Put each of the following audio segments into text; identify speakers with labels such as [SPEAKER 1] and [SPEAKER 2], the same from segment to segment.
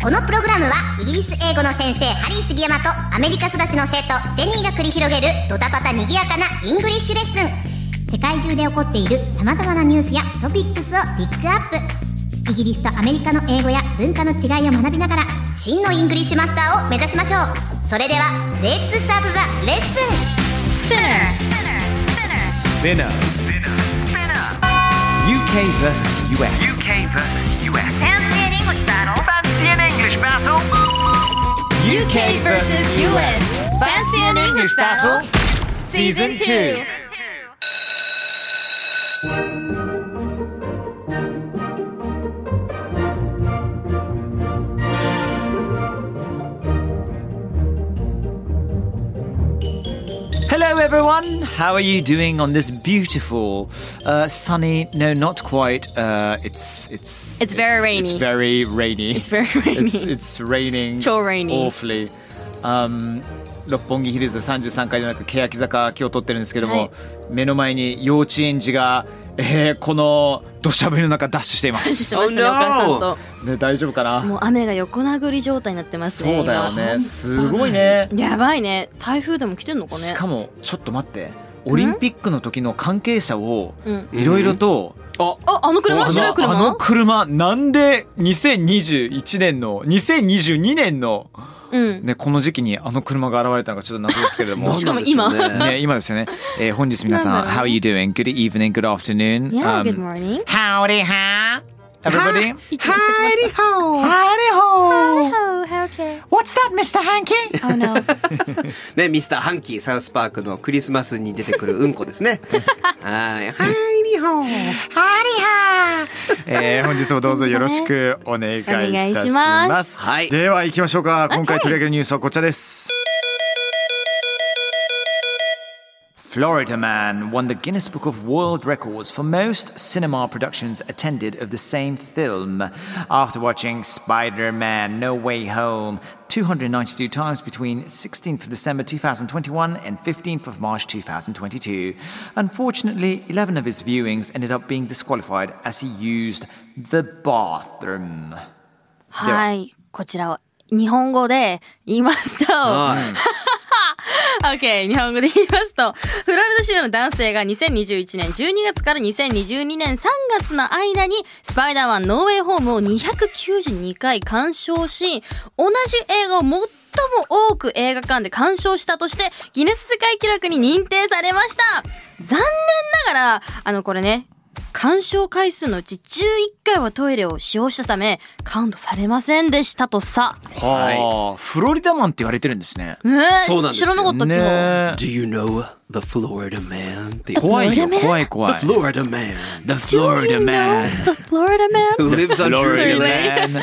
[SPEAKER 1] このプログラムはイギリス英語の先生ハリー杉山とアメリカ育ちの生徒ジェニーが繰り広げるドタパタにぎやかなイングリッシュレッスン世界中で起こっている様々なニュースやトピックスをピックアップイギリスとアメリカの英語や文化の違いを学びながら真のイングリッシュマスターを目指しましょうそれではレッツスタートザレッスン
[SPEAKER 2] Spinner. UK versus US.
[SPEAKER 3] UK versus US. Fancy an English battle. Fancy an English
[SPEAKER 2] UK versus US.
[SPEAKER 3] battle. Fancy an English
[SPEAKER 2] Season
[SPEAKER 3] battle.
[SPEAKER 2] 2. Hello, everyone. How are you doing on this beautiful, uh, sunny? No, not quite. Uh, it's it's
[SPEAKER 4] It's very
[SPEAKER 2] It's
[SPEAKER 4] rainy.
[SPEAKER 2] very rainy.
[SPEAKER 4] It's very rainy.
[SPEAKER 2] It's, it's raining.
[SPEAKER 4] 超 rainy.
[SPEAKER 2] Awfully. Um, 六本木ヒルズ33階じゃなく欅坂今日撮ってるんですけども、
[SPEAKER 4] はい
[SPEAKER 2] 目の前に幼稚園児が、えーこの土砂降りの中ダッシュしていま
[SPEAKER 4] して
[SPEAKER 2] す。
[SPEAKER 4] ましたね、
[SPEAKER 2] Oh, no！
[SPEAKER 4] お母さんと。
[SPEAKER 2] ね、大丈夫かな
[SPEAKER 4] もう雨が横殴り状態になってますね。
[SPEAKER 2] そうだよねすごいね
[SPEAKER 4] 今。やばいね。台風でも来てんのか
[SPEAKER 2] し
[SPEAKER 4] ね
[SPEAKER 2] か。もちょっと待ってオリンピックの時の関係者を
[SPEAKER 4] うん。
[SPEAKER 2] いろいろと、
[SPEAKER 4] あ、あの
[SPEAKER 2] あ
[SPEAKER 4] 車、
[SPEAKER 2] の
[SPEAKER 4] 白い車。
[SPEAKER 2] あの車なんで2021年の2022年の、
[SPEAKER 4] うん。
[SPEAKER 2] ね、この時期にあの車が現れたのがちょっと謎ですけれど も
[SPEAKER 4] しかも今。
[SPEAKER 2] ね、今ですよね。えー、本日皆さん、
[SPEAKER 4] なんだろ
[SPEAKER 2] How
[SPEAKER 4] う
[SPEAKER 2] are you doing? Good evening, good afternoon. Um,
[SPEAKER 4] Yeah, good morning.
[SPEAKER 2] Howdy, ha! Everybody?
[SPEAKER 4] Howdy
[SPEAKER 2] ho! Howdy ho!
[SPEAKER 4] Oh, how okay.
[SPEAKER 2] What's that, Mr. Hanky?
[SPEAKER 4] Oh no.
[SPEAKER 5] ね、ミスターハンキーサウスパークのクリスマスに出てくるうんこですね。はい、はい、リホー。
[SPEAKER 2] えー、本日もどうぞよろしくお願いいたし
[SPEAKER 4] お願い
[SPEAKER 2] ます。
[SPEAKER 4] します
[SPEAKER 5] はい
[SPEAKER 2] では行きましょうか。今回取り上げるニュースはこちらです。Florida Man won the Guinness Book of World Records for most cinema productions attended of the same film after watching Spider Man No Way Home 292 times between 16th of December 2021 and 15th of March 2022. Unfortunately, 11 of his viewings ended up being disqualified as he used the bathroom.
[SPEAKER 4] はい。こちらを日本語で言いますと。
[SPEAKER 5] はい。
[SPEAKER 4] OK 日本語で言いますとフロリダ州の男性が2021年12月から2022年3月の間に「スパイダーマンノーウェイホーム」を292回鑑賞し同じ映画を最も多く映画館で鑑賞したとしてギネス世界記録に認定されました残念ながらあのこれね鑑賞回数のうち11回はトイレを使用したためカウントされませんでしたとさ、
[SPEAKER 2] はあ、フロリダマンって言われてるんですね。
[SPEAKER 4] えー
[SPEAKER 5] そうなんですよ
[SPEAKER 4] 知らなかったっけ、
[SPEAKER 2] ね
[SPEAKER 5] Do you know the Florida man? っていう。
[SPEAKER 2] 怖いよ、怖い怖い。
[SPEAKER 5] The Florida man
[SPEAKER 2] The Florida Man.
[SPEAKER 4] The Florida man
[SPEAKER 5] who lives on Florida land.
[SPEAKER 2] Man.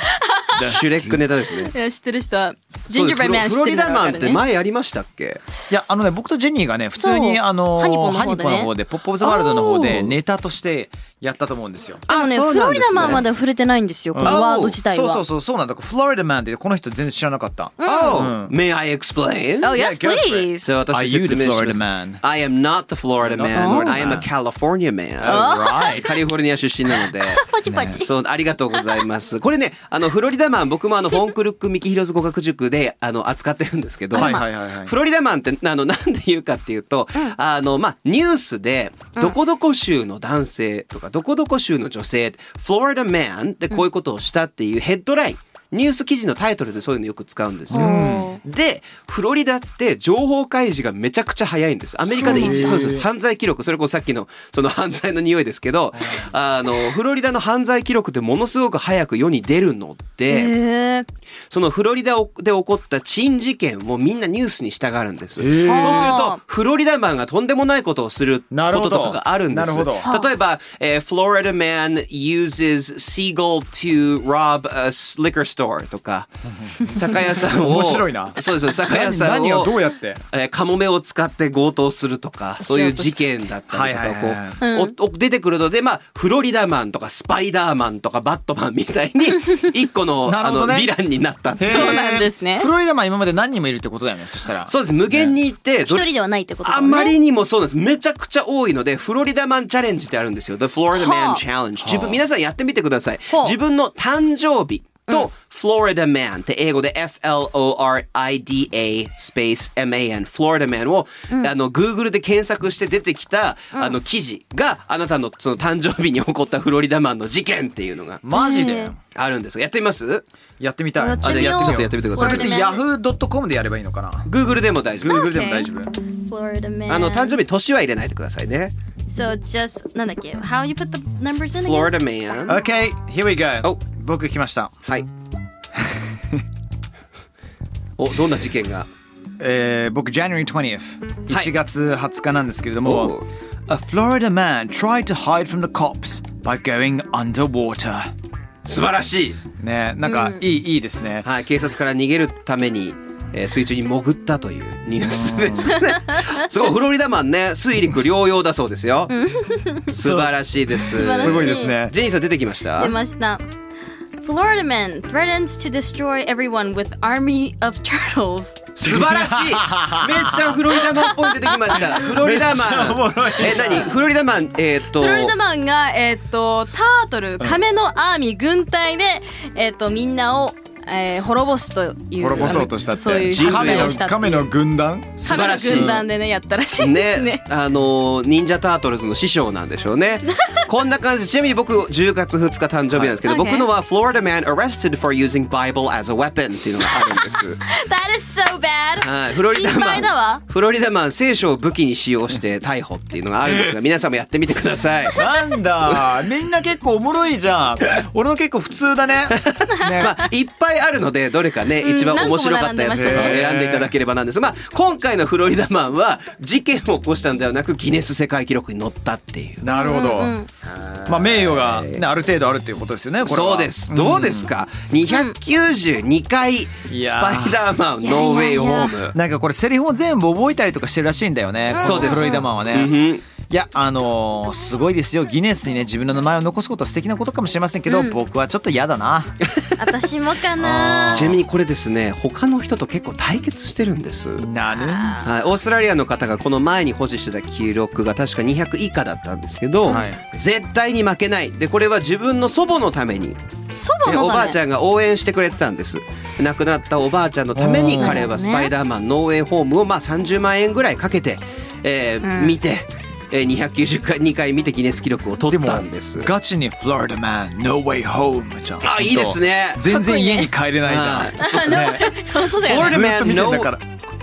[SPEAKER 5] シュレックネタですね。
[SPEAKER 4] いや知ってる人はジンジャーブレイマン知
[SPEAKER 5] フロ
[SPEAKER 4] って
[SPEAKER 5] リ
[SPEAKER 4] るか
[SPEAKER 5] ダ
[SPEAKER 4] ら
[SPEAKER 5] マ
[SPEAKER 4] わ
[SPEAKER 5] ン
[SPEAKER 4] か
[SPEAKER 5] っ
[SPEAKER 4] る
[SPEAKER 5] て
[SPEAKER 4] ね。
[SPEAKER 5] 前ありましたっけ
[SPEAKER 2] いや、あのね、僕とジェニーがね、普通に、
[SPEAKER 4] そう
[SPEAKER 2] あの、
[SPEAKER 4] ハニポの方でね
[SPEAKER 2] ハニポの方で、ポップオブザワールドの方で、ネタとしてやったと思うんですよ。
[SPEAKER 4] でもね
[SPEAKER 5] あそう
[SPEAKER 4] フ
[SPEAKER 5] な
[SPEAKER 4] ロ
[SPEAKER 5] ん
[SPEAKER 4] リ
[SPEAKER 5] で
[SPEAKER 4] ダ
[SPEAKER 5] すね
[SPEAKER 4] マンまで触れてないんですよこのワード自体
[SPEAKER 2] そう
[SPEAKER 4] は。
[SPEAKER 2] そうそう、そうなんだ。フロリダマンって、この人全然知らなかった。
[SPEAKER 5] Oh, may I explain?
[SPEAKER 4] Oh yes
[SPEAKER 2] Yeah, go for it.
[SPEAKER 4] please.
[SPEAKER 5] じゃあ私
[SPEAKER 2] Are you the
[SPEAKER 5] 説明します
[SPEAKER 2] Florida man?
[SPEAKER 5] I am not the Florida
[SPEAKER 2] Not
[SPEAKER 5] man.
[SPEAKER 2] the Florida
[SPEAKER 5] I am a
[SPEAKER 2] man.
[SPEAKER 5] California man.
[SPEAKER 2] Alright.
[SPEAKER 5] カリフォルニア出身なので。
[SPEAKER 4] ポチポチ。
[SPEAKER 5] そう、ありがとうございます。これね、あの、フロリダマン、僕も あの、フォンクルック・ミキヒロズ語学塾で、あの、扱ってるんですけど、
[SPEAKER 2] はいはいはいはい
[SPEAKER 5] フロリダマンって、あの、なんで言うかっていうと、あの、まあ、ニュースで、どこどこ州の男性とか、どこどこ州の女性、フロリダマンってこういうことをしたっていうヘッドライン、ニュース記事のタイトルでそういうのよく使うんですよ。で、フロリダって情報開示がめちゃくちゃ早いんです。アメリカで一、そうです。犯罪記録、それこそさっきの、その犯罪の匂いですけど、あの、フロリダの犯罪記録ってものすごく早く世に出るの
[SPEAKER 4] へ
[SPEAKER 5] で、
[SPEAKER 4] え。
[SPEAKER 5] そのフロリダで起こった珍事件をみんなニュースに従うんです。そうする
[SPEAKER 4] あー
[SPEAKER 5] と、フロリダマンがとんでもないことをするこ
[SPEAKER 2] なるほ
[SPEAKER 5] と
[SPEAKER 2] ど
[SPEAKER 5] とかがあるんです。
[SPEAKER 2] なるほ
[SPEAKER 5] 例えば、えー Florida man uses seagull to rob a liquor store とか、酒屋さんを、
[SPEAKER 2] 面白いな
[SPEAKER 5] そうです、酒屋さん
[SPEAKER 2] 何何をどうや
[SPEAKER 5] を、
[SPEAKER 2] って
[SPEAKER 5] えーカモメを使って強盗するとか、そういう事件だったりと
[SPEAKER 2] はいはいはいは
[SPEAKER 5] か
[SPEAKER 2] い、
[SPEAKER 5] こう、おお出てくるので、まあ、フロリダマンとかスパイダーマンとかバットマンみたい に、一個の、
[SPEAKER 2] なる
[SPEAKER 5] あ
[SPEAKER 2] ほど
[SPEAKER 5] の、
[SPEAKER 2] ね
[SPEAKER 5] ヴィランになったんで
[SPEAKER 2] へー
[SPEAKER 5] す
[SPEAKER 4] そうなんですね
[SPEAKER 2] フロリダマン今まで何人もいるってことだよねそしたら
[SPEAKER 5] そうです、無限にいて、
[SPEAKER 4] 一
[SPEAKER 5] ど
[SPEAKER 4] 人ではないってことだ
[SPEAKER 5] あ
[SPEAKER 4] もんね
[SPEAKER 5] まりにもそうなんです。めちゃくちゃ多いので、フロリダマンチャレンジってあるんですよ。The Florida
[SPEAKER 4] は
[SPEAKER 5] Man
[SPEAKER 4] あ
[SPEAKER 5] Challenge。自分、皆さんやってみてください
[SPEAKER 4] ほう。
[SPEAKER 5] 自分の誕生日と、Florida Man って英語で F-L-O-R-I-D-A スペース M-A-N Florida Man を、あの Google で検索して出てきた、あの記事があなたのその誕生日に起こったフロリダマンの事件っていうのが
[SPEAKER 2] マジ
[SPEAKER 4] へ
[SPEAKER 2] で
[SPEAKER 4] ー
[SPEAKER 5] あるんですがやってみます
[SPEAKER 2] やってみたい
[SPEAKER 4] やってみよう
[SPEAKER 5] あじゃあやってみてやってみてください
[SPEAKER 2] それ別に Yahoo.com でやればいいのかな
[SPEAKER 5] Google でも大丈夫
[SPEAKER 2] Google
[SPEAKER 5] です。
[SPEAKER 2] でも大丈夫
[SPEAKER 4] Florida man
[SPEAKER 5] あの誕生日年は入れないでくださいね。
[SPEAKER 4] So it's just なんだっけ How you put the numbers in again?
[SPEAKER 5] Florida Man。
[SPEAKER 2] OK here we go
[SPEAKER 5] お
[SPEAKER 2] 僕来ました
[SPEAKER 5] はい。 お、どんな事件が。
[SPEAKER 2] えー僕 January 20th
[SPEAKER 5] はい
[SPEAKER 2] 1月20日なんですけれど
[SPEAKER 5] お
[SPEAKER 2] も
[SPEAKER 5] う
[SPEAKER 2] A Florida man tried to hide from the cops by going underwater
[SPEAKER 5] 素晴らしい。
[SPEAKER 2] ねなんかいいいいですね
[SPEAKER 5] はい、警察から逃げるために。えー水中に潜ったというニュースですね。すごいフロリダマンね、水陸両用だそうですよ。素晴らしいです。
[SPEAKER 4] 晴らしい
[SPEAKER 2] すごいですね
[SPEAKER 5] ジェニーさん出てきました。
[SPEAKER 4] 出ました Florida man threatens to destroy everyone with army of turtles
[SPEAKER 5] 素晴らしい。めっちゃフロリダマンっぽいの出てきました。フロリ
[SPEAKER 2] め
[SPEAKER 5] ダ
[SPEAKER 2] っちゃおも
[SPEAKER 5] マン
[SPEAKER 2] ろい。
[SPEAKER 5] えー、何フロリダマン、えーっと。
[SPEAKER 4] フロリダマンが、えっとタートル亀のアーミー軍隊で、えっとみんなを、えー滅ぼすという
[SPEAKER 2] 滅ぼそうとしたっ
[SPEAKER 4] そうい
[SPEAKER 2] て
[SPEAKER 4] う
[SPEAKER 5] 人類
[SPEAKER 2] 亀の
[SPEAKER 4] 訓練
[SPEAKER 5] を
[SPEAKER 4] をしたっていう
[SPEAKER 2] 亀の軍団
[SPEAKER 5] 素晴
[SPEAKER 4] 亀
[SPEAKER 5] ら
[SPEAKER 4] の
[SPEAKER 5] しい
[SPEAKER 4] 軍団でねやったらしいですね
[SPEAKER 5] ね、あのー忍者タートルズの師匠なんでしょうね。こんな感じ。ちなみに僕10月2日誕生日なんですけ
[SPEAKER 4] は
[SPEAKER 5] ど、
[SPEAKER 4] い
[SPEAKER 5] 僕のは Florida man arrested for using Bible as a weapon っていうのがあるんです。
[SPEAKER 4] That is so bad、
[SPEAKER 5] はい、フロリダ
[SPEAKER 4] 心配だ
[SPEAKER 5] マ
[SPEAKER 4] わ
[SPEAKER 5] ン。フロリダマン聖書を武器に使用して 逮捕っていうのがあるんですが、皆さんもやってみてください。
[SPEAKER 2] なんだみんな結構おもろいじ ゃん俺の結構普通だねね
[SPEAKER 5] まあ、いっぱいあるのでどれかね一番面白かったやつとかを
[SPEAKER 2] 何個も並んでましたね
[SPEAKER 5] 選んでいただければなんですが、まあ、今回のフロリダマンは事件を起こしたんではなくギネス世界記録に載ったっていう。
[SPEAKER 2] なるほど、まあ名誉が、ね、ある程度あるっていうことですよねこれは
[SPEAKER 5] そうです。どうですか、?292 回ス
[SPEAKER 2] いやー
[SPEAKER 5] パイダーマンノーウェイホーム。
[SPEAKER 2] なんかこれセリフを全部覚えたりとかしてるらしいんだよね、
[SPEAKER 5] そうです
[SPEAKER 2] フロリダマンはね、
[SPEAKER 5] うん
[SPEAKER 2] いやあのーすごいですよギネスにね自分の名前を残すことは素敵なことかもしれませんけど、僕はちょっと嫌だな
[SPEAKER 4] 私もかな
[SPEAKER 5] ちなみにこれですね他の人と結構対決してるんです。
[SPEAKER 2] なる
[SPEAKER 5] はい、オーストラリアの方がこの前に保持してた記録が確か200以下だったんですけど、
[SPEAKER 2] はい
[SPEAKER 5] 絶対に負けないでこれは自分の祖母のために、ね
[SPEAKER 4] 祖母のため
[SPEAKER 5] おばあちゃんが応援してくれてたんです亡くなったおばあちゃんのために
[SPEAKER 2] おー
[SPEAKER 5] 彼は「スパイダーマンノーウェイホーム」をまあ30万円ぐらいかけて、えー見て、えー、290回2回見てギネス記録を取
[SPEAKER 2] で
[SPEAKER 5] っ
[SPEAKER 2] も
[SPEAKER 5] たんです。
[SPEAKER 2] ガチにフロリダマン No way home じゃん
[SPEAKER 5] あいいですね。
[SPEAKER 2] 全然家に帰れないじ
[SPEAKER 5] は
[SPEAKER 2] ゃ
[SPEAKER 5] い
[SPEAKER 2] ん、ね、
[SPEAKER 4] 本当だよね
[SPEAKER 5] Florida
[SPEAKER 2] ずっと
[SPEAKER 5] Man
[SPEAKER 2] 見てん
[SPEAKER 5] No
[SPEAKER 2] だから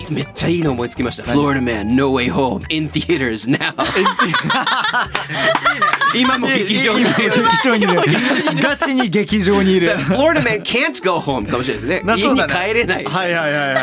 [SPEAKER 5] めっちゃいいの思いつきました。Florida Man No Way Home in theaters now 今も劇場
[SPEAKER 2] い
[SPEAKER 5] に。
[SPEAKER 2] やいや劇場にいるガチに劇場にいる
[SPEAKER 5] Florida Man can't go home かもしれないですね。
[SPEAKER 2] な
[SPEAKER 5] 家
[SPEAKER 2] そう
[SPEAKER 5] に
[SPEAKER 2] だね
[SPEAKER 5] 帰れない。
[SPEAKER 2] はいはいはいはいはい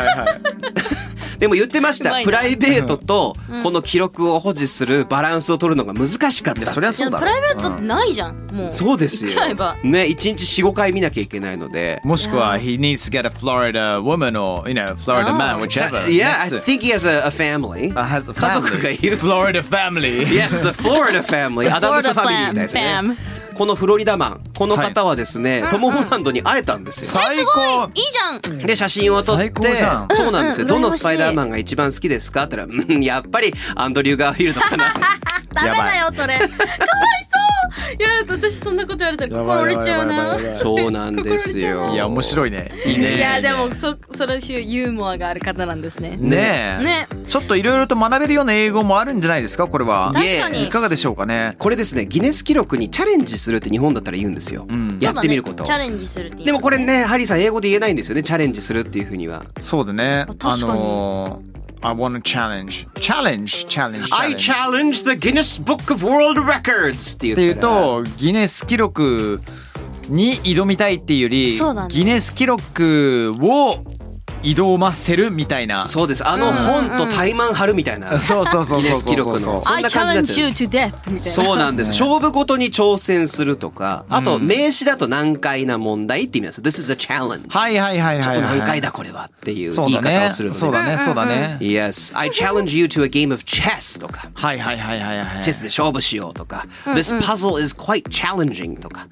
[SPEAKER 5] でも言ってまし
[SPEAKER 4] うま
[SPEAKER 5] た。
[SPEAKER 4] いな
[SPEAKER 5] プライベートとこの記録を保持するバランスを取るのが難しかった。
[SPEAKER 2] そりゃ
[SPEAKER 4] い
[SPEAKER 2] そう
[SPEAKER 4] や
[SPEAKER 2] だろ
[SPEAKER 4] プライベートってないじゃんもう
[SPEAKER 5] そうですよ
[SPEAKER 4] 言っちゃえば。
[SPEAKER 5] ね、一日四五回見なきゃいけないので。
[SPEAKER 2] もしくは、he needs to get a Florida woman or, you know, Florida man,
[SPEAKER 4] Oh.
[SPEAKER 2] whichever.
[SPEAKER 5] Yeah, I
[SPEAKER 2] Next to-
[SPEAKER 5] think he has a, a family.
[SPEAKER 2] Uh, has a
[SPEAKER 5] 家族
[SPEAKER 2] family.
[SPEAKER 5] がいる。
[SPEAKER 2] Florida family.
[SPEAKER 5] Yes, the Florida family. アダムスファミリーみたいですね
[SPEAKER 4] Florida fam-。
[SPEAKER 5] このフロリダマン、この方はですね、トム・ホランドに会えたんですよ。
[SPEAKER 2] 最高
[SPEAKER 4] いいじゃん
[SPEAKER 5] で写真を撮っ
[SPEAKER 2] 最
[SPEAKER 5] て
[SPEAKER 2] 高じゃん
[SPEAKER 5] そうなんですよ、
[SPEAKER 4] うんうん
[SPEAKER 5] どのスパイダーマンが一番好きですかって言ったらうん「やっぱりアンドリュー・ガーフィールドかな」
[SPEAKER 4] ダメ
[SPEAKER 2] やばい
[SPEAKER 4] だよそれかわいそういや私そんなこと言われたら心折れちゃうな
[SPEAKER 5] そうなんですよ
[SPEAKER 2] いや、面白いね。いいね。
[SPEAKER 5] い
[SPEAKER 4] いやで
[SPEAKER 2] いい
[SPEAKER 4] も
[SPEAKER 2] ね
[SPEAKER 4] そそれしユーモアがある方なんですね
[SPEAKER 2] ねえ。
[SPEAKER 4] ね
[SPEAKER 2] ちょっといろいろと学べるような英語もあるんじゃないですか、これは。
[SPEAKER 4] 確かに
[SPEAKER 2] いかがでしょうかね。
[SPEAKER 5] これですねギネス記録にチャレンジするって日本だったら言うんですよ、やってみるこ
[SPEAKER 4] そ
[SPEAKER 5] と、
[SPEAKER 4] うだねチャレンジするって言い
[SPEAKER 5] でも
[SPEAKER 4] ます
[SPEAKER 5] これねハリーさん英語で言えないんですよねチャレンジするっていうふうには
[SPEAKER 2] そうだね。
[SPEAKER 4] 確かに
[SPEAKER 2] あのー I want to challenge. Challenge, challenge,
[SPEAKER 5] 「I
[SPEAKER 2] challenge.
[SPEAKER 5] challenge the Guinness Book of World Records」って言
[SPEAKER 2] っ
[SPEAKER 5] ってて
[SPEAKER 2] いうと、ギネス記録に挑みたいっていうより、
[SPEAKER 4] そうだね
[SPEAKER 2] ギネス記録を移動ませるみたいな。
[SPEAKER 5] そうですあの本と怠慢貼るみたいな
[SPEAKER 2] そうそうそう
[SPEAKER 5] ギネス記
[SPEAKER 2] そう
[SPEAKER 5] 録
[SPEAKER 2] そう
[SPEAKER 5] の
[SPEAKER 2] そう。
[SPEAKER 5] そん
[SPEAKER 4] I
[SPEAKER 5] な感じだったんです
[SPEAKER 4] challenge you to death みたいな。
[SPEAKER 5] そうなんです。勝負ごとに挑戦するとか、あと名詞だと難解な問題って意味なんです。This is a challenge.
[SPEAKER 2] はいはいはいはい、
[SPEAKER 5] ちょ
[SPEAKER 2] は
[SPEAKER 5] っ
[SPEAKER 2] い。
[SPEAKER 5] と難解だこれはっていう言
[SPEAKER 2] そう
[SPEAKER 5] い
[SPEAKER 2] だね。
[SPEAKER 5] 方をするので。
[SPEAKER 2] そうだね、そうだね。
[SPEAKER 5] Yes, I challenge you to a game of chess とか。
[SPEAKER 2] はいはいはいはいはい。
[SPEAKER 5] チェスで勝負しようとか、This puzzle is quite challenging とか、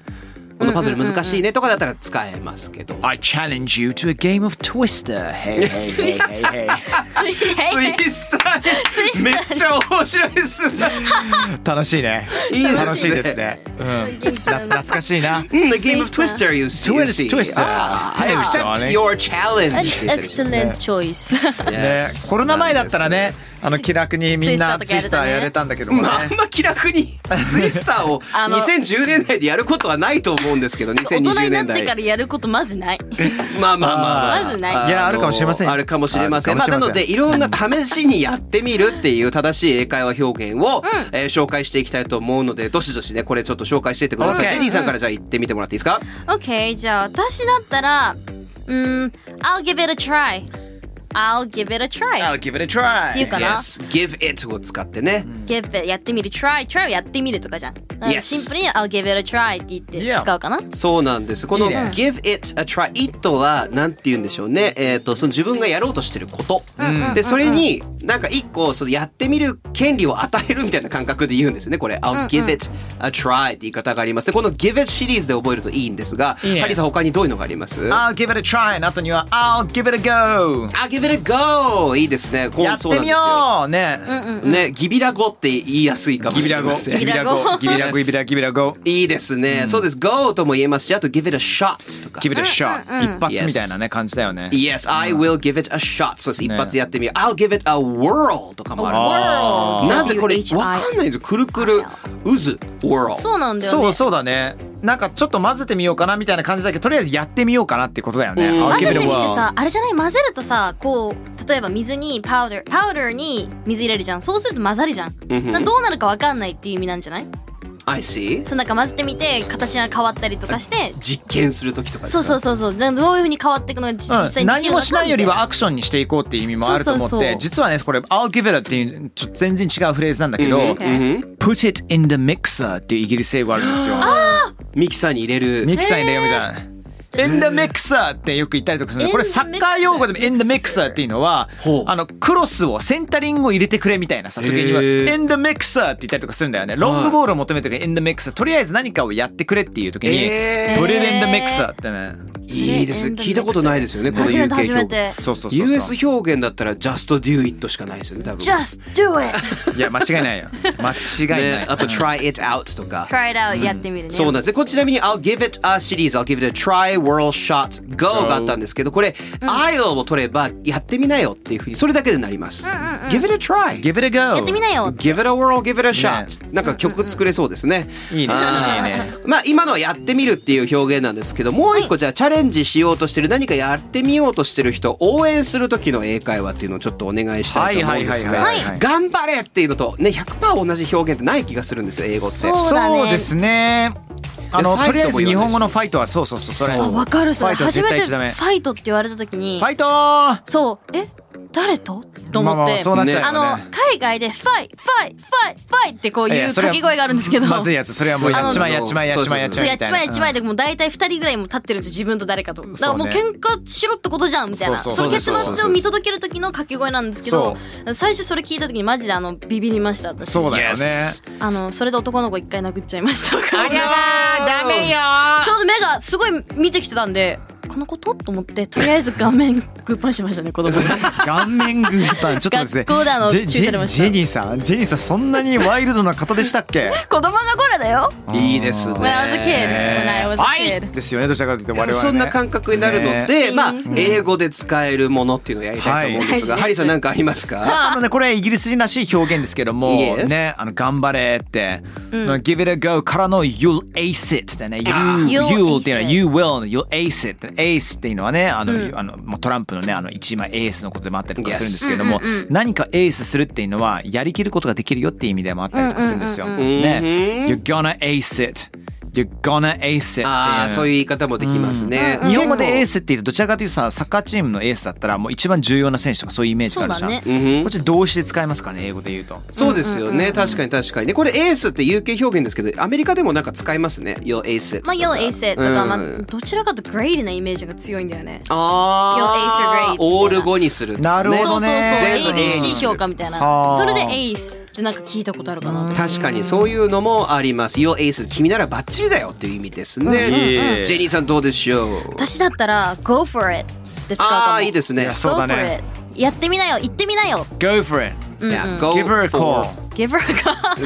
[SPEAKER 5] このパズル難しいねとかだったら使えますけど。
[SPEAKER 2] I challenge you to a game of Twister. Hey, hey, hey, hey, hey.
[SPEAKER 4] ついで
[SPEAKER 5] イスターめっちゃ面白いですね。
[SPEAKER 2] 楽しいね。
[SPEAKER 5] いいですね
[SPEAKER 2] 楽しいですね。うん。な懐かしいな。
[SPEAKER 5] The game of Twister you see. you
[SPEAKER 2] Twist-
[SPEAKER 5] see.
[SPEAKER 2] Twister.
[SPEAKER 5] あー I accept your challenge. って言ったりします
[SPEAKER 4] Excellent choice.
[SPEAKER 2] ね
[SPEAKER 5] Yes、
[SPEAKER 2] コロナ前だったらね、あの気楽にみんなツ
[SPEAKER 4] ツイ
[SPEAKER 2] イ
[SPEAKER 4] ス
[SPEAKER 2] スタ
[SPEAKER 4] ターとか
[SPEAKER 2] ー
[SPEAKER 4] や
[SPEAKER 2] や
[SPEAKER 4] れ
[SPEAKER 2] れ
[SPEAKER 4] た
[SPEAKER 2] たんだけどもね
[SPEAKER 5] ま。あ、あんま気楽に ツイスターを
[SPEAKER 4] あの
[SPEAKER 5] 2010年代でやることはないと思うんですけど
[SPEAKER 4] 大人
[SPEAKER 5] 2020
[SPEAKER 4] になっ
[SPEAKER 5] 年
[SPEAKER 4] てか
[SPEAKER 5] 代
[SPEAKER 4] らやることまずない。
[SPEAKER 5] まあまあまあ
[SPEAKER 4] まずない
[SPEAKER 5] の
[SPEAKER 2] いやあるかもしれませんよ
[SPEAKER 5] あるかもしれませ
[SPEAKER 2] あ
[SPEAKER 5] ん
[SPEAKER 2] るかもしれませ
[SPEAKER 5] あ、
[SPEAKER 2] ん
[SPEAKER 5] なのでいろんな試しにやってみるっていう正しい英会話表現を、えー紹介していきたいと思うのでどしどしねこれちょっと紹介していってください、
[SPEAKER 2] OK
[SPEAKER 5] ジェニーさんからじゃあ言ってみてもらっていいですか
[SPEAKER 4] OK じゃあ私だったら、うーん I'll give it a try。I'll give it a try。
[SPEAKER 2] give it a
[SPEAKER 4] 言
[SPEAKER 2] try.
[SPEAKER 4] うかな
[SPEAKER 5] Yes give it を使ってね、
[SPEAKER 4] give it やってみる try try をやってみるとかじゃん。だから
[SPEAKER 5] Yes
[SPEAKER 4] シンプルに I'll give it a try って言って
[SPEAKER 2] Yeah
[SPEAKER 4] 使うかな。
[SPEAKER 5] そうなんです。この
[SPEAKER 2] いいね
[SPEAKER 5] give it a try it はなんて言うんでしょうね。えっ、とその自分がやろうとしてること、でそれになんか一個そのやってみる権利を与えるみたいな感覚で言うんですよね。これ I'll give it a try って言い方があります。でこの give it シリーズで覚えるといいんですが、
[SPEAKER 2] いいね
[SPEAKER 5] ハリーさん他にどういうのがあります？
[SPEAKER 2] I'll give it a try. の後には I'll give it a go.
[SPEAKER 5] I'll give it a go いいですね。こう
[SPEAKER 2] やってみよ
[SPEAKER 5] そう
[SPEAKER 2] ね。
[SPEAKER 5] うなんですよねギビラ語って言いやすいかも
[SPEAKER 2] ギ
[SPEAKER 5] し
[SPEAKER 2] ビ
[SPEAKER 5] れ
[SPEAKER 2] ラ
[SPEAKER 5] ま
[SPEAKER 2] ゴ。
[SPEAKER 5] せん。
[SPEAKER 2] ギビラゴ。
[SPEAKER 4] ギ
[SPEAKER 2] ギビラゴ。ギビラギビラゴ。
[SPEAKER 5] いいですね、そうです。go とも言えますし、あと give it a shot とか。
[SPEAKER 2] give it a shot. 一発みたいなね感じだよね。
[SPEAKER 5] Yes, I will give it a shot. そうです。一発やってみよう。I'll give it a whirl とかもある。
[SPEAKER 4] World
[SPEAKER 5] なぜこれ
[SPEAKER 4] W-H-I
[SPEAKER 5] わかんないんですよ。くるくる渦 whirl。
[SPEAKER 4] そうなんだよね。
[SPEAKER 2] そうそうだね。なんかちょっと混ぜてみようかなみたいな感じだけど、とりあえずやってみようかなってことだよね。
[SPEAKER 5] うん
[SPEAKER 2] I'll
[SPEAKER 4] 混ぜ
[SPEAKER 2] give
[SPEAKER 4] て
[SPEAKER 2] it a
[SPEAKER 4] みて
[SPEAKER 2] whirl.
[SPEAKER 4] さあれじゃない混ぜるとさこう例えば水にパウダーパウダーに水入れるじゃんそうすると混ざるじゃん、
[SPEAKER 5] うんうん
[SPEAKER 4] などうなるかわかんないっていう意味なんじゃない
[SPEAKER 5] I see.
[SPEAKER 4] そうなんか混ぜてみて形が変わったりとかして
[SPEAKER 5] 実験するときとかです
[SPEAKER 4] そう
[SPEAKER 5] か
[SPEAKER 4] そうそうそうなどういうふうに変わっていくのが実
[SPEAKER 2] う
[SPEAKER 4] 際
[SPEAKER 2] ん、
[SPEAKER 4] にで
[SPEAKER 2] 何
[SPEAKER 4] きるのか
[SPEAKER 2] もしないより
[SPEAKER 4] みた
[SPEAKER 2] はアクションにしていこうっていう意味もあると思って
[SPEAKER 4] そうそうそう
[SPEAKER 2] 実はねこれ「I'll give it a」っていうちょっと全然違うフレーズなんだけど「
[SPEAKER 5] うんうん
[SPEAKER 2] put it in the mixer」っていうイギリス英語あるんですよ。
[SPEAKER 5] ミキサーに入れる。
[SPEAKER 2] ミキサーに入れようみたいな。in the mixer ってよく言ったりとかするんだけどこれ
[SPEAKER 4] In the
[SPEAKER 2] サッカー用語でも in the mixer っていうのは
[SPEAKER 5] ほう
[SPEAKER 2] あのクロスをセンタリングを入れてくれみたいなさ時には
[SPEAKER 5] へー
[SPEAKER 2] in the mixer って言ったりとかするんだよねロングボールを求めてる時に in the mixer とりあえず何かをやってくれっていう時に
[SPEAKER 5] へー
[SPEAKER 2] put it in the mixer ってね
[SPEAKER 5] いいですね。
[SPEAKER 4] ね
[SPEAKER 5] 聞いたことないですよね。この
[SPEAKER 4] 初
[SPEAKER 5] UK
[SPEAKER 4] めて初め
[SPEAKER 5] 表現。
[SPEAKER 4] て
[SPEAKER 2] そうそうそうそう
[SPEAKER 5] US 表現だったら just do it しかないですよね。多分。
[SPEAKER 4] Just do it
[SPEAKER 2] いや間違いないよ間違いない、
[SPEAKER 5] ねあと try it out とか。
[SPEAKER 4] try it out やってみるね、
[SPEAKER 5] そうなんですね。これちなみに I'll give it a シリーズ、I'll give it a try, whirl, shot, go があったんですけど、これ、I'll を取ればやってみなよっていうふうに、それだけでなります。give it a try.
[SPEAKER 2] give it a go
[SPEAKER 4] やってみなよ
[SPEAKER 5] Give it a whirl, give it a shot.、なんか曲作れそうですね。
[SPEAKER 2] いいね
[SPEAKER 5] あー
[SPEAKER 2] いいね
[SPEAKER 5] まあ今のはやってみるっていう表現なんですけど、もう一個じゃあチャレンジしようとしてる、何かやってみようとしてる人、応援する時の英会話っていうのをちょっとお願いしたいと思うんです
[SPEAKER 2] はい
[SPEAKER 5] が
[SPEAKER 2] はいはいはいは、い
[SPEAKER 5] 頑張れっていうのとね、100%同じ表現ってない気がするんですよ、英語って。
[SPEAKER 4] そうだね
[SPEAKER 2] そうですね。あの
[SPEAKER 5] ファイトも
[SPEAKER 2] とりあえず日本語
[SPEAKER 5] 言わな
[SPEAKER 2] の
[SPEAKER 5] いし
[SPEAKER 2] ファイトはそうそうそうそれ。
[SPEAKER 5] そう
[SPEAKER 4] あわかるそれ
[SPEAKER 2] ファイトは絶
[SPEAKER 4] 初め
[SPEAKER 2] 対言
[SPEAKER 4] て
[SPEAKER 2] っち
[SPEAKER 4] フ
[SPEAKER 2] ゃダメ
[SPEAKER 4] ァイトって言われた時に
[SPEAKER 2] ファイトー。
[SPEAKER 4] そうえ誰とと
[SPEAKER 2] まあま
[SPEAKER 4] 思っ
[SPEAKER 2] あ
[SPEAKER 4] て、
[SPEAKER 2] そうなっちゃう
[SPEAKER 4] あ
[SPEAKER 2] よね
[SPEAKER 4] の海外で「ファイファイファイファイ」ってこう
[SPEAKER 2] い
[SPEAKER 4] いう
[SPEAKER 2] やそれ
[SPEAKER 4] 掛
[SPEAKER 2] は
[SPEAKER 4] け声があるんですけど
[SPEAKER 2] まずいやつそれはもうやっちまえ
[SPEAKER 5] あ
[SPEAKER 2] や
[SPEAKER 5] の
[SPEAKER 2] っちまえやっちまえやっち
[SPEAKER 4] そう
[SPEAKER 2] まえ
[SPEAKER 4] やっ
[SPEAKER 2] みた
[SPEAKER 4] ち
[SPEAKER 2] いな。
[SPEAKER 4] まえやっちまえでもう大体2人ぐらいも立ってるんですよ自分と誰かとだからもう
[SPEAKER 2] そう
[SPEAKER 4] 喧嘩しろってことじゃんみたいな
[SPEAKER 2] そ
[SPEAKER 4] そう
[SPEAKER 2] そう
[SPEAKER 4] の結
[SPEAKER 5] そう
[SPEAKER 4] 末
[SPEAKER 5] そ
[SPEAKER 4] を
[SPEAKER 5] う
[SPEAKER 4] 見届ける時の掛け声なんですけど最初それ聞いた時にマジであのビビりました私
[SPEAKER 2] そうだよね。
[SPEAKER 4] あのそれで男の子一回殴っちゃいました
[SPEAKER 5] ダメよ
[SPEAKER 4] ちょうど目がすごい見てきてたんでこのことと思ってとりあえず顔面グッパンしました ね子供に
[SPEAKER 2] 顔面グーパンちょっと待って
[SPEAKER 4] 学校であの
[SPEAKER 2] ジェ
[SPEAKER 4] 注意されました
[SPEAKER 2] ジェジェニーさんジェニーさんそんなにワイルドな方でしたっけ
[SPEAKER 4] 子供の頃だよ
[SPEAKER 5] いいですね。
[SPEAKER 4] When I was a kid When I was a
[SPEAKER 2] はいですよねどちらかというと我々ね
[SPEAKER 5] そんな感覚になるので、
[SPEAKER 4] ね
[SPEAKER 5] まあ
[SPEAKER 4] うん
[SPEAKER 5] 英語で使えるものっていうのをやりたいと思うんですが、
[SPEAKER 4] はい
[SPEAKER 5] ハリーさんなんかありますか？
[SPEAKER 2] まああのねこれイギリス人らしい表現ですけども
[SPEAKER 5] Yes
[SPEAKER 2] ねあの頑張れって、まあ give it a go からの you'll ace it ってね you you'll
[SPEAKER 4] You'll ace
[SPEAKER 2] っていうのは you will you'll ace it ace っていうのはねあの、あのまあトランプのねあの一枚エースのことでもあったりとかするんですけども、何かエースするっていうのはやりきることができるよっていう意味でもあったりとかするんですよ、
[SPEAKER 5] んうん
[SPEAKER 2] ね you're gonna ace it you're gonna ace it
[SPEAKER 5] ああ、そういう言い方もできますね。
[SPEAKER 2] 日本語でエー
[SPEAKER 5] ス。
[SPEAKER 2] スって言うとどちらかというとさサッカーチームのエースだったらもう一番重要な選手とかそういうイメージがあるじゃん、
[SPEAKER 4] そうだ
[SPEAKER 5] ねうんうん
[SPEAKER 2] こっち動詞で使いますかね英語で言うと
[SPEAKER 5] そうですよね。確かに確かに。ね、これエースって UK 表現ですけど、アメリカでもなんか使いますね。Your ace it と
[SPEAKER 4] まあ、
[SPEAKER 5] か。
[SPEAKER 4] Your Ace とか、ま
[SPEAKER 5] う
[SPEAKER 4] あ、
[SPEAKER 5] ん
[SPEAKER 4] どちらかというと Grade なイメージが強いんだよね。
[SPEAKER 5] あ
[SPEAKER 4] Your ace or grades み
[SPEAKER 5] あ
[SPEAKER 4] たいな、
[SPEAKER 5] オール語にする。
[SPEAKER 2] なるほ
[SPEAKER 4] そ
[SPEAKER 2] ど
[SPEAKER 4] うそう
[SPEAKER 2] ね
[SPEAKER 4] そう、
[SPEAKER 5] 全部
[SPEAKER 4] ABC 評価みたいな。
[SPEAKER 2] あー
[SPEAKER 4] それで Ace ってなんか聞いたことあるかな私
[SPEAKER 5] 確かにそういうのもあります。Your ace 君ならバッチリだよっていう意味ですね。
[SPEAKER 2] うんうん
[SPEAKER 5] ジェニーさんどうでしょう
[SPEAKER 4] 私だったら Go for it って使うかも。
[SPEAKER 5] ああ、いいですね。
[SPEAKER 2] そうだね
[SPEAKER 4] Go for it やってみなよ、行ってみなよ。
[SPEAKER 2] Go for it
[SPEAKER 5] Yeah, go
[SPEAKER 2] Give her a
[SPEAKER 5] for-
[SPEAKER 2] call
[SPEAKER 4] ゲ ブラが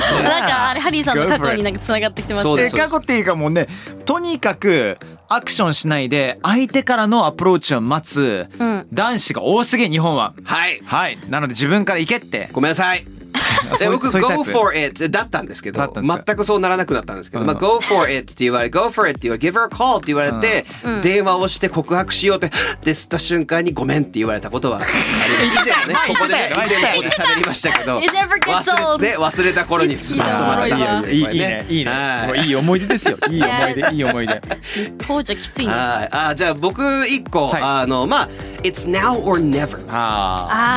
[SPEAKER 5] そう
[SPEAKER 4] なんかあれハリーさんの
[SPEAKER 2] Go
[SPEAKER 4] 過
[SPEAKER 2] for
[SPEAKER 4] 去になんか繋がってきてます
[SPEAKER 5] そう
[SPEAKER 4] ね。
[SPEAKER 5] で
[SPEAKER 2] です
[SPEAKER 5] そうです
[SPEAKER 2] 過去っていうかもうねとにかくアクションしないで相手からのアプローチを待つ男子が多すぎ日本は、
[SPEAKER 5] はい。
[SPEAKER 2] はいなので自分から行けって
[SPEAKER 5] ごめんなさい。 で
[SPEAKER 2] そう
[SPEAKER 5] 僕
[SPEAKER 2] そういうタイ
[SPEAKER 5] Go
[SPEAKER 2] プ
[SPEAKER 5] for it だったんですけど
[SPEAKER 2] だったんですか
[SPEAKER 5] 全くそうならなくなったんですけど、
[SPEAKER 2] うん
[SPEAKER 5] まあ、Go for it って言われ Go for it って言われ Give her a call って言われて、電話をして告白しようって で吸った瞬間にごめんって言われたことはあり ます以前ねここで
[SPEAKER 2] 言ってたよ
[SPEAKER 5] 以前ここで喋りましたけど
[SPEAKER 4] It never gets old
[SPEAKER 5] 忘れて忘れた頃にスパッとまた出す
[SPEAKER 2] あ
[SPEAKER 5] ん
[SPEAKER 2] ー
[SPEAKER 5] で
[SPEAKER 2] いい
[SPEAKER 5] これ
[SPEAKER 2] ねいいねいいね
[SPEAKER 5] はい
[SPEAKER 2] もういい思い出ですよいい思い出いい思い出
[SPEAKER 4] 当時はきついな。
[SPEAKER 5] はいあーじゃあ僕一個、
[SPEAKER 2] はい
[SPEAKER 5] あのまあ It's now or never
[SPEAKER 2] あー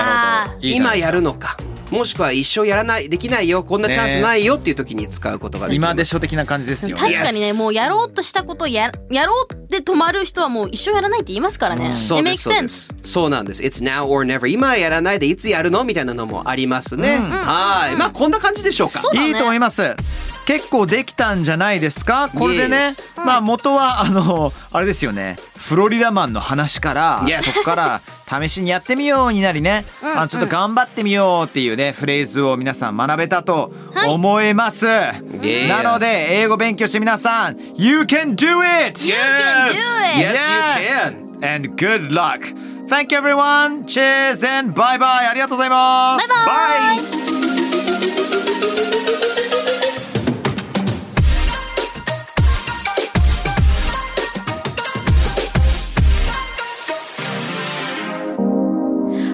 [SPEAKER 2] なるほどいいじゃな
[SPEAKER 5] 今
[SPEAKER 2] いですか
[SPEAKER 5] やるのかもしくは一生やらないできないよこんなチャンスないよっていう時に使うことができま
[SPEAKER 2] 今
[SPEAKER 5] す
[SPEAKER 2] でしょ的な感じですよ
[SPEAKER 4] 確かにね、
[SPEAKER 5] Yes
[SPEAKER 4] もうやろうとしたことをややろうって止まる人はもう一生やらないって言いますからね。
[SPEAKER 5] そう
[SPEAKER 4] It
[SPEAKER 5] で
[SPEAKER 4] makes
[SPEAKER 5] すそうで
[SPEAKER 4] sense
[SPEAKER 5] すそうなんです It's now or never 今はやらないでいつやるのみたいなのもありますね、はいまあこんな感じでしょうか
[SPEAKER 4] うだね
[SPEAKER 2] いいと思います結構できたんじゃないですかこれでね
[SPEAKER 5] Yes
[SPEAKER 2] まあ元はあのあれですよねフロリダマンの話から
[SPEAKER 5] Yes
[SPEAKER 2] そこから試しにやってみようになりねあのちょっと頑張ってみようっていうねフレーズを皆さん学べたと思いますな
[SPEAKER 5] Yes
[SPEAKER 2] ので英語勉強して皆さん You can do it!
[SPEAKER 5] Yes!
[SPEAKER 4] can do it!
[SPEAKER 5] Yes,
[SPEAKER 2] Yes!
[SPEAKER 5] you can!
[SPEAKER 2] And good luck! Thank you everyone! Cheers and bye bye! ありがとうございます
[SPEAKER 4] バイバイ
[SPEAKER 2] Bye!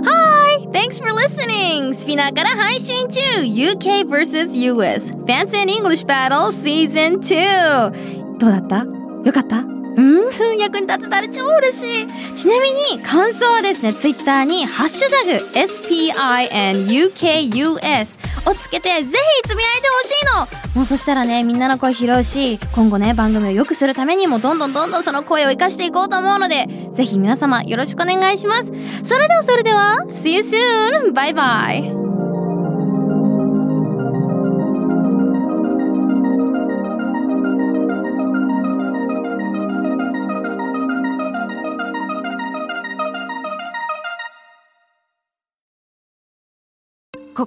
[SPEAKER 4] Hi! Thanks for listening! スピナーから配信中 !UK vs.US Fancy and English Battle Season 2! どうだったよかったうん役に立てたら超嬉しいちなみに感想はですね、ツイッターにハッシュタグ SPINUKUS をつけてぜひつぶやいてほしいのもうそしたらね、みんなの声拾うし、今後ね、番組を良くするためにもどんどんどんどんその声を生かしていこうと思うので、ぜひ皆様よろしくお願いします。それではそれでは、See you soon! バイバイ
[SPEAKER 6] こ